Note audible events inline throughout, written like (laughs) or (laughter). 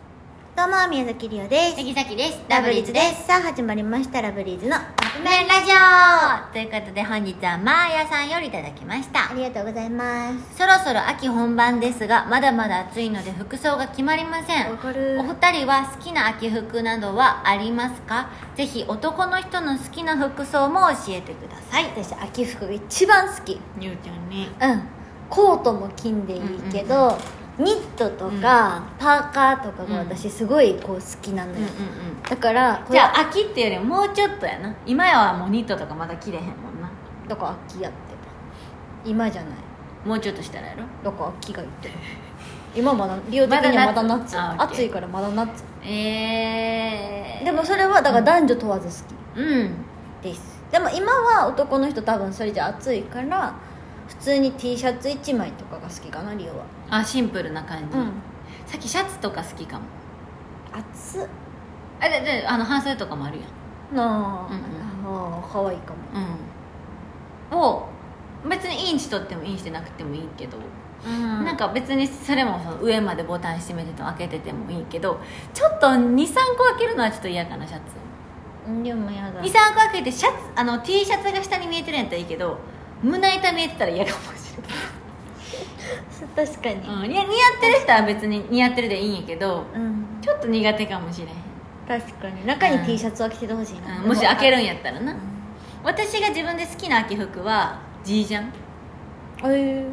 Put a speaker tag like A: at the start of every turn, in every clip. A: どうも宮崎りおです
B: 杉崎です
A: ラブリーズですさあ始まりましたラブリーズのあ
B: ごめんラジオということで本日はマーヤさんよりいただきました
A: りがとうございます
B: そろそろ秋本番ですがまだまだ暑いので服装が決まりません
A: わかる
B: お二人は好きな秋服などはありますかぜひ男の人の好きな服装も教えてください
A: 私秋服が一番好き
B: ゆうちゃんね
A: うんコートも金でいいけど、ニットとか、パーカーとかが私すごいこう好きなの
B: う
A: よ
B: ん、うんうん
A: だからこ
B: じ
A: れ
B: ゃあ秋っていうよりもうちょっとやな今やはもうニットとかまだ着れへんもんな
A: どこ秋やって今じゃない
B: もうちょっとしたらやろ
A: どこ秋が言ってる今まだリオ的にはまだ
B: まだ
A: 夏
B: 夏あ OK
A: 暑いからまだ夏
B: えー、
A: でもそれはだから男女問わず好き
B: うん
A: です、でも今は男の人多分それじゃ暑いから普通に T シャツ1枚とかが好きかなリオは
B: あシンプルな感じ、
A: うん
B: さっきシャツとか好きかも
A: 暑っ
B: あでであの半袖とかもあるやん
A: なあ、
B: うん
A: ああ可愛いかも
B: うんを別にインチ取ってもインしてなくてもいいけど、
A: うん
B: なんか別にそれもその上までボタン閉めてても開けててもいいけどちょっと23個開けるのはちょっと嫌かなシャツ
A: でもやだ
B: 23個開けてシャツあの T シャツが下に見えてるんやったらいいけど胸板見えてたら嫌かもし
A: 確か
B: れ
A: に
B: ない、うん、いや似合ってる人は別に似合ってるでいいんやけど
A: うん
B: ちょっと苦手かもしれへ
A: 確かに中に
B: うん
A: T シャツは着ててほしいな、
B: ん、うん、もし開けるん
A: や
B: やったらな私が自分で好きな秋服は G ジャン
A: え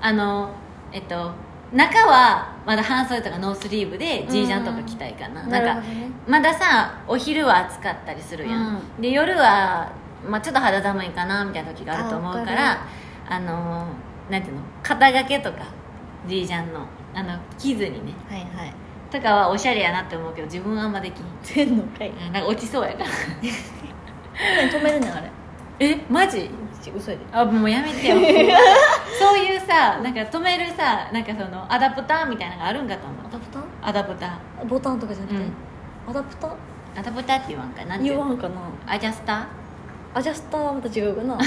B: あのえっと中はまだ半袖とかノースリーブで G ジャンとか着たいかな,、
A: うん
B: なん
A: な
B: か
A: るほどね
B: まださお昼は暑かったりするやん、で夜は、まあ、ちょっと肌寒いかなみたいな時があると思うか
A: あわ
B: らあのーなんていうの肩掛けとか G ジャンのあの着ずにね
A: ー、はいはい
B: とかはおしゃれやなって思うけど自分はあんまできん
A: 全のかい
B: うんなんか落ちそう
A: (laughs)
B: やから
A: 止めるねんあれ
B: えマジ
A: 嘘やで
B: あもうや
A: (laughs)
B: めてよそういうさなんか止めるさなんかそのアダプターみたいなのがあるんかと思
A: ア
B: う
A: ダプター
B: アダプタ
A: ボタンとかじゃなくて、
B: うん
A: アダプター
B: ーアダプターって言わんかなんてい
A: 言
B: う
A: わ
B: の
A: んかな
B: アジャスタ
A: アジャスターはまた違うかな
B: ー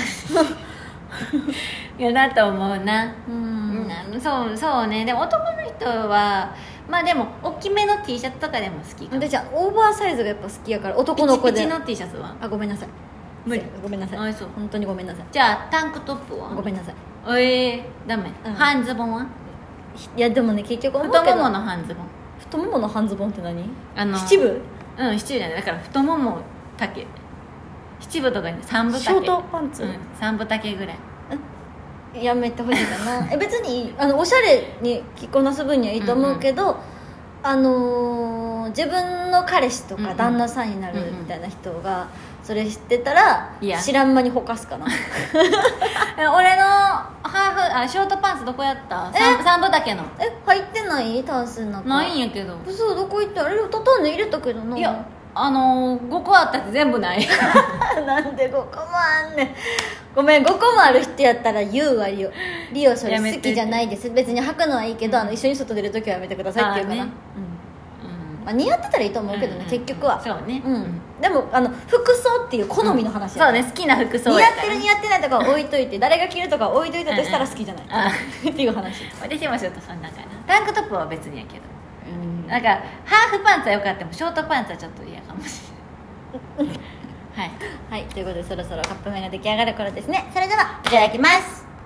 B: いやだと思うな、
A: う
B: (laughs) うんん、そうそうねでも男の人はまあでも大きめの T シャツとかでも好きかも
A: 私はオーバーサイズがやっぱ好きやから男の子
B: ピチ
A: で
B: ピチの T シャツは
A: あごめんなさい
B: 無理
A: ごめんな
B: あ
A: さい
B: そう
A: 本当にごめんなさい
B: じゃあタンクトップは
A: ごめんなさい
B: ええダメ、
A: うん
B: 半ズボンはい
A: やでもね結局思うけど
B: 太ももの半ズボン
A: 太ももの半ズボンって何
B: あの
A: 七分
B: うん七分じゃないだから太もも丈七分とかに三分丈
A: ショートパンツ、
B: うん、三分丈ぐらい
A: やめてほしいかなえ別にいいあのおしゃれに着こなす分にはいいと思うけど、あのー自分の彼氏と
B: うんう
A: か
B: ん
A: 旦那さんになるみたいな人がそれ知ってたら
B: いや
A: 知らん間にほかすかな
B: え俺のハーフあショートパンツどこやった三三分丈の
A: え入ってないタンスの中
B: ないんやけど
A: 嘘どこ行ったあれ畳んで入れたけどない
B: や (laughs) あのー、5個あったって全部ない
A: (laughs) なんで5個もあんねんごめん5個もある人やったら言うわリオリオそれ
B: やめて
A: 好きじゃないです別に履くのはいいけどあの一緒に外出る時はやめてくださいって言うかな、
B: あーね
A: うんまあ、似合ってたらいいと思うけどね、
B: んん
A: 結局は
B: そうね
A: うん、でもあの服装っていう好みの話や
B: そ
A: から
B: うね好きな服装
A: 似合
B: や
A: ってる
B: る
A: 似合ってないとかは置いといて誰が着るとかは置いといたとしたら
B: うんうん
A: 好きじゃない、
B: あ
A: っていう話
B: 私もちょっとそんなかなタンクトップは別にやけどなんかハーフパンツはよかったもショートパンツはちょっと嫌かもしれないはい
A: (laughs) はいということでそろそろカップ麺が出来上がる頃ですねそれではいただきます